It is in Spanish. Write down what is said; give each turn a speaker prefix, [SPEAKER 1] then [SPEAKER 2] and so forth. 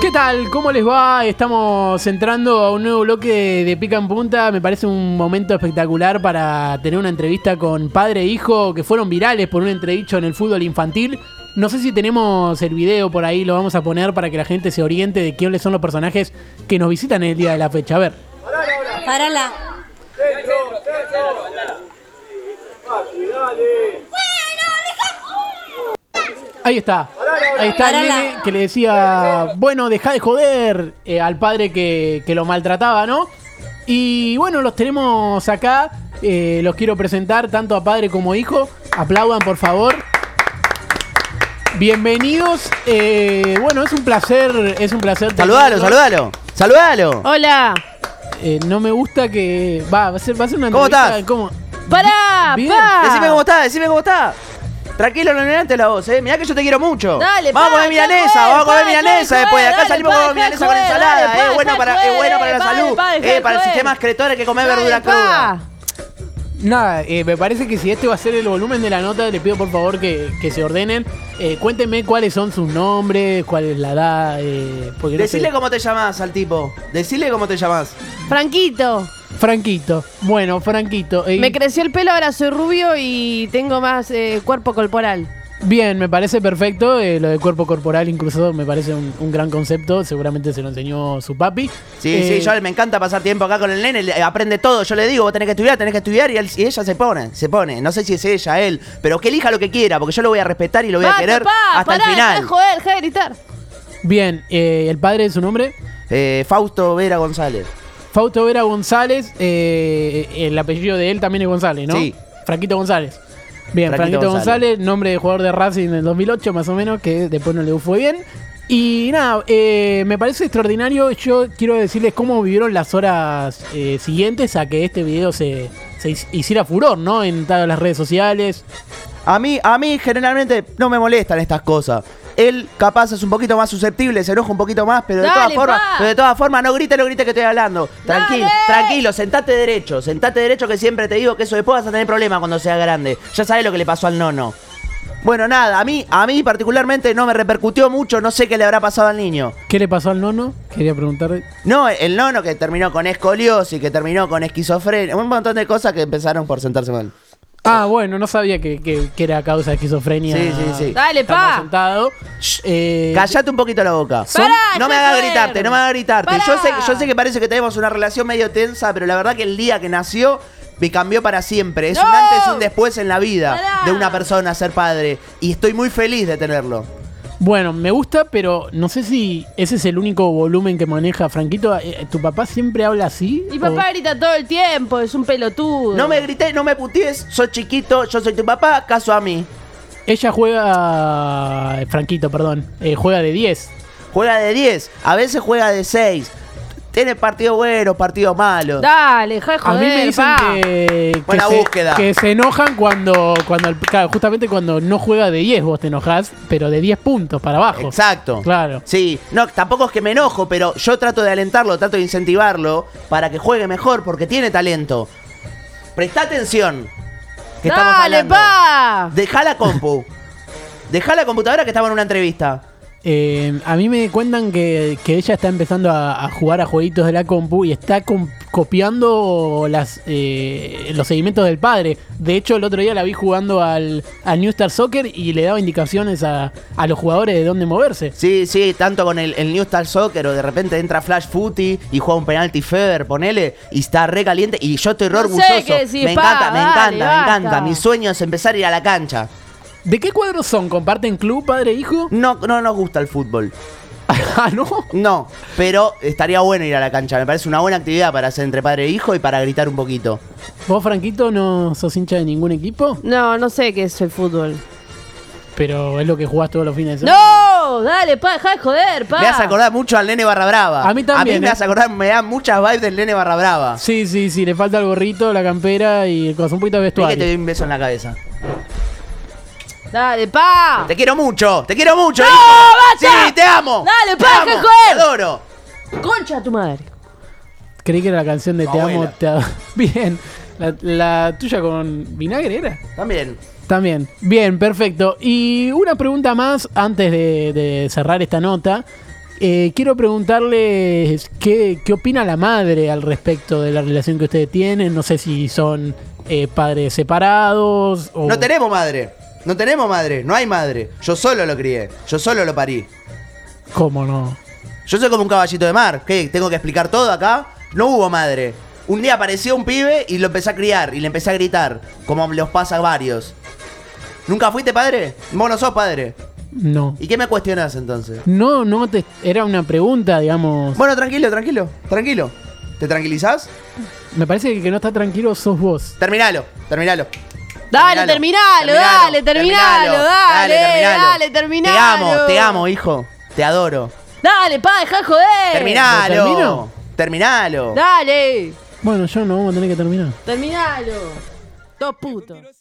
[SPEAKER 1] ¿Qué tal? ¿Cómo les va? Estamos entrando a un nuevo bloque de Pica en Punta. Me parece un momento espectacular para tener una entrevista con padre e hijo que fueron virales por un entredicho en el fútbol infantil. No sé si tenemos el video por ahí, lo vamos a poner para que la gente se oriente de quiénes son los personajes que nos visitan en el día de la fecha. A ver.
[SPEAKER 2] Para la.
[SPEAKER 1] Ahí está. Ahí está el nene que le decía, bueno, deja de joder eh, al padre que, que lo maltrataba, ¿no? Y bueno, los tenemos acá. eh, los quiero presentar tanto a padre como hijo. Aplaudan, por favor. Bienvenidos. eh, bueno, es un placer, es un placer.
[SPEAKER 3] Saludalo,
[SPEAKER 1] tenerlos.
[SPEAKER 3] saludalo. Saludalo.
[SPEAKER 4] Hola.
[SPEAKER 1] Eh, no me gusta que va, va a ser, va a ser una
[SPEAKER 3] ¿Cómo
[SPEAKER 1] entrevista,
[SPEAKER 3] estás?
[SPEAKER 1] ¿Cómo?
[SPEAKER 4] Pará,
[SPEAKER 1] Bien.
[SPEAKER 4] pa.
[SPEAKER 3] Decime cómo está, decime cómo está. Tranquilo, no antes la voz, eh. Mirá que yo te quiero mucho.
[SPEAKER 4] Dale,
[SPEAKER 3] vamos
[SPEAKER 4] pa,
[SPEAKER 3] a comer
[SPEAKER 4] deja
[SPEAKER 3] milanesa,
[SPEAKER 4] joder,
[SPEAKER 3] vamos a comer
[SPEAKER 4] pa,
[SPEAKER 3] milanesa
[SPEAKER 4] deja
[SPEAKER 3] después.
[SPEAKER 4] joder,
[SPEAKER 3] Acá
[SPEAKER 4] dale,
[SPEAKER 3] salimos
[SPEAKER 4] pa,
[SPEAKER 3] a comer
[SPEAKER 4] deja
[SPEAKER 3] milanesa con
[SPEAKER 4] joder,
[SPEAKER 3] ensalada.
[SPEAKER 4] dale, pa,
[SPEAKER 3] es, bueno
[SPEAKER 4] deja
[SPEAKER 3] para, es
[SPEAKER 4] joder,
[SPEAKER 3] bueno para la
[SPEAKER 4] pa,
[SPEAKER 3] salud.
[SPEAKER 4] pa, deja
[SPEAKER 3] eh, para el
[SPEAKER 4] joder.
[SPEAKER 3] sistema excretor hay que comer
[SPEAKER 4] Dale,
[SPEAKER 3] verdura
[SPEAKER 4] pa.
[SPEAKER 3] cruda.
[SPEAKER 1] Nada, eh, me parece que si este va a ser el volumen de la nota, les pido por favor que, que se ordenen. Eh, cuéntenme cuáles son sus nombres, cuál es la edad. Eh, porque no sé.
[SPEAKER 3] Decile cómo te llamás al tipo. Decile cómo te llamás.
[SPEAKER 4] Franquito.
[SPEAKER 1] Franquito. Bueno, Franquito. eh,
[SPEAKER 4] Me creció el pelo, ahora soy rubio y tengo más eh, cuerpo corporal.
[SPEAKER 1] bien, me parece perfecto. eh, lo de cuerpo corporal incluso me parece un, un gran concepto. Seguramente se lo enseñó su papi.
[SPEAKER 3] Sí,
[SPEAKER 1] Eh,
[SPEAKER 3] sí, yo me encanta pasar tiempo acá con el nene, le- aprende todo, yo le digo, vos tenés que estudiar, tenés que estudiar y, él- y ella se pone, se pone, no sé si es ella, él, pero que elija lo que quiera, porque yo lo voy a respetar y lo voy a
[SPEAKER 4] Basta,
[SPEAKER 3] querer
[SPEAKER 4] pa,
[SPEAKER 3] hasta el
[SPEAKER 4] pará,
[SPEAKER 3] final.
[SPEAKER 4] Deja joder, deja de gritar.
[SPEAKER 1] Bien, eh, el padre de su nombre.
[SPEAKER 3] Eh, Fausto Vera González.
[SPEAKER 1] Fausto Vera González, eh, el apellido de él también es González, ¿no?
[SPEAKER 3] Sí.
[SPEAKER 1] Franquito González. Bien, Franquito,
[SPEAKER 3] Franquito
[SPEAKER 1] González,
[SPEAKER 3] González.
[SPEAKER 1] nombre de jugador de Racing en el 2008 más o menos, que después no le fue bien. Y nada, eh, me parece extraordinario. Yo quiero decirles cómo vivieron las horas eh, siguientes a que este video se, se his- hiciera furor, ¿no? En todas las redes sociales.
[SPEAKER 3] A mí, a mí generalmente no me molestan estas cosas. Él capaz es un poquito más susceptible, se enoja un poquito más, pero de
[SPEAKER 4] Dale,
[SPEAKER 3] todas formas,
[SPEAKER 4] pa.
[SPEAKER 3] pero de todas formas, no grite, no grite que estoy hablando. Tranquilo,
[SPEAKER 4] Dale.
[SPEAKER 3] tranquilo, sentate derecho, sentate derecho que siempre te digo que eso después vas a tener problemas cuando sea grande. Ya sabes lo que le pasó al nono. Bueno, nada, a mí, a mí particularmente no me repercutió mucho, no sé qué le habrá pasado al niño.
[SPEAKER 1] ¿Qué le pasó al nono? Quería preguntarle.
[SPEAKER 3] No, el nono que terminó con escoliosis, que terminó con esquizofrenia, un montón de cosas que empezaron por sentarse mal.
[SPEAKER 1] Ah, bueno, no sabía que, que- que era causa de esquizofrenia.
[SPEAKER 3] Sí, sí, sí.
[SPEAKER 4] Dale,
[SPEAKER 1] estar
[SPEAKER 4] pa.
[SPEAKER 1] más sentado. Eh,
[SPEAKER 3] Callate un poquito la boca.
[SPEAKER 4] Son- Pará,
[SPEAKER 3] no me
[SPEAKER 4] Ah, ya
[SPEAKER 3] hagas
[SPEAKER 4] joder.
[SPEAKER 3] gritarte, no me hagas gritarte.
[SPEAKER 4] Pará.
[SPEAKER 3] Yo sé, yo sé que parece que tenemos una relación medio tensa, pero la verdad que el día que nació me cambió para siempre. Es
[SPEAKER 4] No.
[SPEAKER 3] un antes y un después en la vida
[SPEAKER 4] Pará.
[SPEAKER 3] de una persona ser padre. Y estoy muy feliz de tenerlo.
[SPEAKER 1] Bueno, me gusta, pero no sé si ese es el único volumen que maneja Franquito. Eh, ¿Tu papá siempre habla así?
[SPEAKER 4] Mi papá
[SPEAKER 1] ¿O-
[SPEAKER 4] grita todo el tiempo, es un pelotudo.
[SPEAKER 3] No me grité, no me putees, soy chiquito, yo soy tu papá, caso a mí.
[SPEAKER 1] Ella juega... Franquito, perdón. eh, juega de 10.
[SPEAKER 3] Juega de 10, a veces juega de 6. Tiene partidos buenos, partidos malos.
[SPEAKER 4] Dale, deja de
[SPEAKER 1] A mí
[SPEAKER 4] joder,
[SPEAKER 1] me dicen
[SPEAKER 4] pa.
[SPEAKER 1] que, que
[SPEAKER 3] Buena
[SPEAKER 1] se,
[SPEAKER 3] búsqueda.
[SPEAKER 1] que se enojan cuando, cuando... Claro, justamente cuando no juega de 10 vos te enojás, pero de 10 puntos para abajo.
[SPEAKER 3] Exacto.
[SPEAKER 1] Claro.
[SPEAKER 3] Sí, no, tampoco es que me enojo, pero yo trato de alentarlo, trato de incentivarlo para que juegue mejor, porque tiene talento. Presta atención. Que estamos
[SPEAKER 4] Dale,
[SPEAKER 3] hablando.
[SPEAKER 4] pa.
[SPEAKER 3] Dejá la compu. Dejá la computadora que estamos en una entrevista.
[SPEAKER 1] Eh, a mí me cuentan que, que ella está empezando a, a jugar a jueguitos de la compu y está com- copiando las, eh, los seguimientos del padre. De hecho, el otro día la vi jugando al, al New Star Soccer y le daba indicaciones a, a los jugadores de dónde moverse.
[SPEAKER 3] Sí, sí, tanto con el, el New Star Soccer o de repente entra Flash Footy y juega un penalti Fever, ponele, y está re caliente y yo estoy re
[SPEAKER 4] No sé
[SPEAKER 3] orgulloso.
[SPEAKER 4] qué decir,
[SPEAKER 3] me
[SPEAKER 4] pa,
[SPEAKER 3] encanta, me
[SPEAKER 4] dale,
[SPEAKER 3] encanta,
[SPEAKER 4] basta.
[SPEAKER 3] me encanta. Mi sueño es empezar a ir a la cancha.
[SPEAKER 1] ¿De qué cuadros son? ¿Comparten club, padre e hijo?
[SPEAKER 3] No, no nos gusta el fútbol.
[SPEAKER 1] ah, no.
[SPEAKER 3] No, pero estaría bueno ir a la cancha. Me parece una buena actividad para hacer entre padre e hijo y para gritar un poquito.
[SPEAKER 1] Vos, Franquito, no sos hincha de ningún equipo,
[SPEAKER 4] No, no sé qué es el fútbol.
[SPEAKER 1] pero es lo que jugás todos los fines de semana.
[SPEAKER 4] No, dale, pa, deja de joder, pa.
[SPEAKER 3] Me hace acordar mucho al nene Barra Brava.
[SPEAKER 1] A mí también,
[SPEAKER 3] A mí me
[SPEAKER 1] ¿eh?
[SPEAKER 3] hace acordar, me da muchas vibes del nene Barra Brava.
[SPEAKER 1] Sí, sí, sí, le falta el gorrito, la campera y el corazón un poquito de
[SPEAKER 3] Mirá que
[SPEAKER 1] vestuario.
[SPEAKER 3] te doy un beso en la cabeza.
[SPEAKER 4] Dale, pa.
[SPEAKER 3] Te quiero mucho, te quiero mucho.
[SPEAKER 4] ¡No,
[SPEAKER 3] hijo.
[SPEAKER 4] basta!
[SPEAKER 3] Sí, te amo.
[SPEAKER 4] Dale,
[SPEAKER 3] Te
[SPEAKER 4] pa,
[SPEAKER 3] amo,
[SPEAKER 4] que joder.
[SPEAKER 3] Te adoro.
[SPEAKER 4] Concha de tu madre.
[SPEAKER 1] Creí que era la canción de
[SPEAKER 3] Tu
[SPEAKER 1] Te amo,
[SPEAKER 3] abuela.
[SPEAKER 1] te amo. Bien. La, la tuya con vinagre era.
[SPEAKER 3] También.
[SPEAKER 1] También. Bien, perfecto. Y una pregunta más antes de, de cerrar esta nota. Eh, quiero preguntarles qué, qué opina la madre al respecto de la relación que ustedes tienen. No sé si son eh, padres separados o...
[SPEAKER 3] No tenemos madre. No tenemos madre. No hay madre. Yo solo lo crié. Yo solo lo parí.
[SPEAKER 1] ¿Cómo no?
[SPEAKER 3] Yo soy como un caballito de mar. ¿Qué? ¿Tengo que explicar todo acá? No hubo madre. Un día apareció un pibe y lo empecé a criar y le empecé a gritar, como los pasa a varios. ¿Nunca fuiste padre? Vos no sos padre.
[SPEAKER 1] No.
[SPEAKER 3] ¿Y qué me cuestionás entonces?
[SPEAKER 1] No, no, te, era una pregunta, digamos.
[SPEAKER 3] Bueno, tranquilo, tranquilo, tranquilo. ¿Te tranquilizás?
[SPEAKER 1] Me parece que el que no está tranquilo sos vos.
[SPEAKER 3] Terminalo, terminalo.
[SPEAKER 4] Dale, terminalo, dale, terminalo, dale, dale,
[SPEAKER 3] Te amo,
[SPEAKER 4] terminalo.
[SPEAKER 3] te amo, hijo. Te adoro.
[SPEAKER 4] Dale, pa, dejá de joder.
[SPEAKER 1] ¿lo
[SPEAKER 3] Terminalo.
[SPEAKER 1] termino?
[SPEAKER 3] Terminalo.
[SPEAKER 4] Dale,
[SPEAKER 1] Bueno, yo no vamos a tener que terminar.
[SPEAKER 4] terminalo. Dos putos.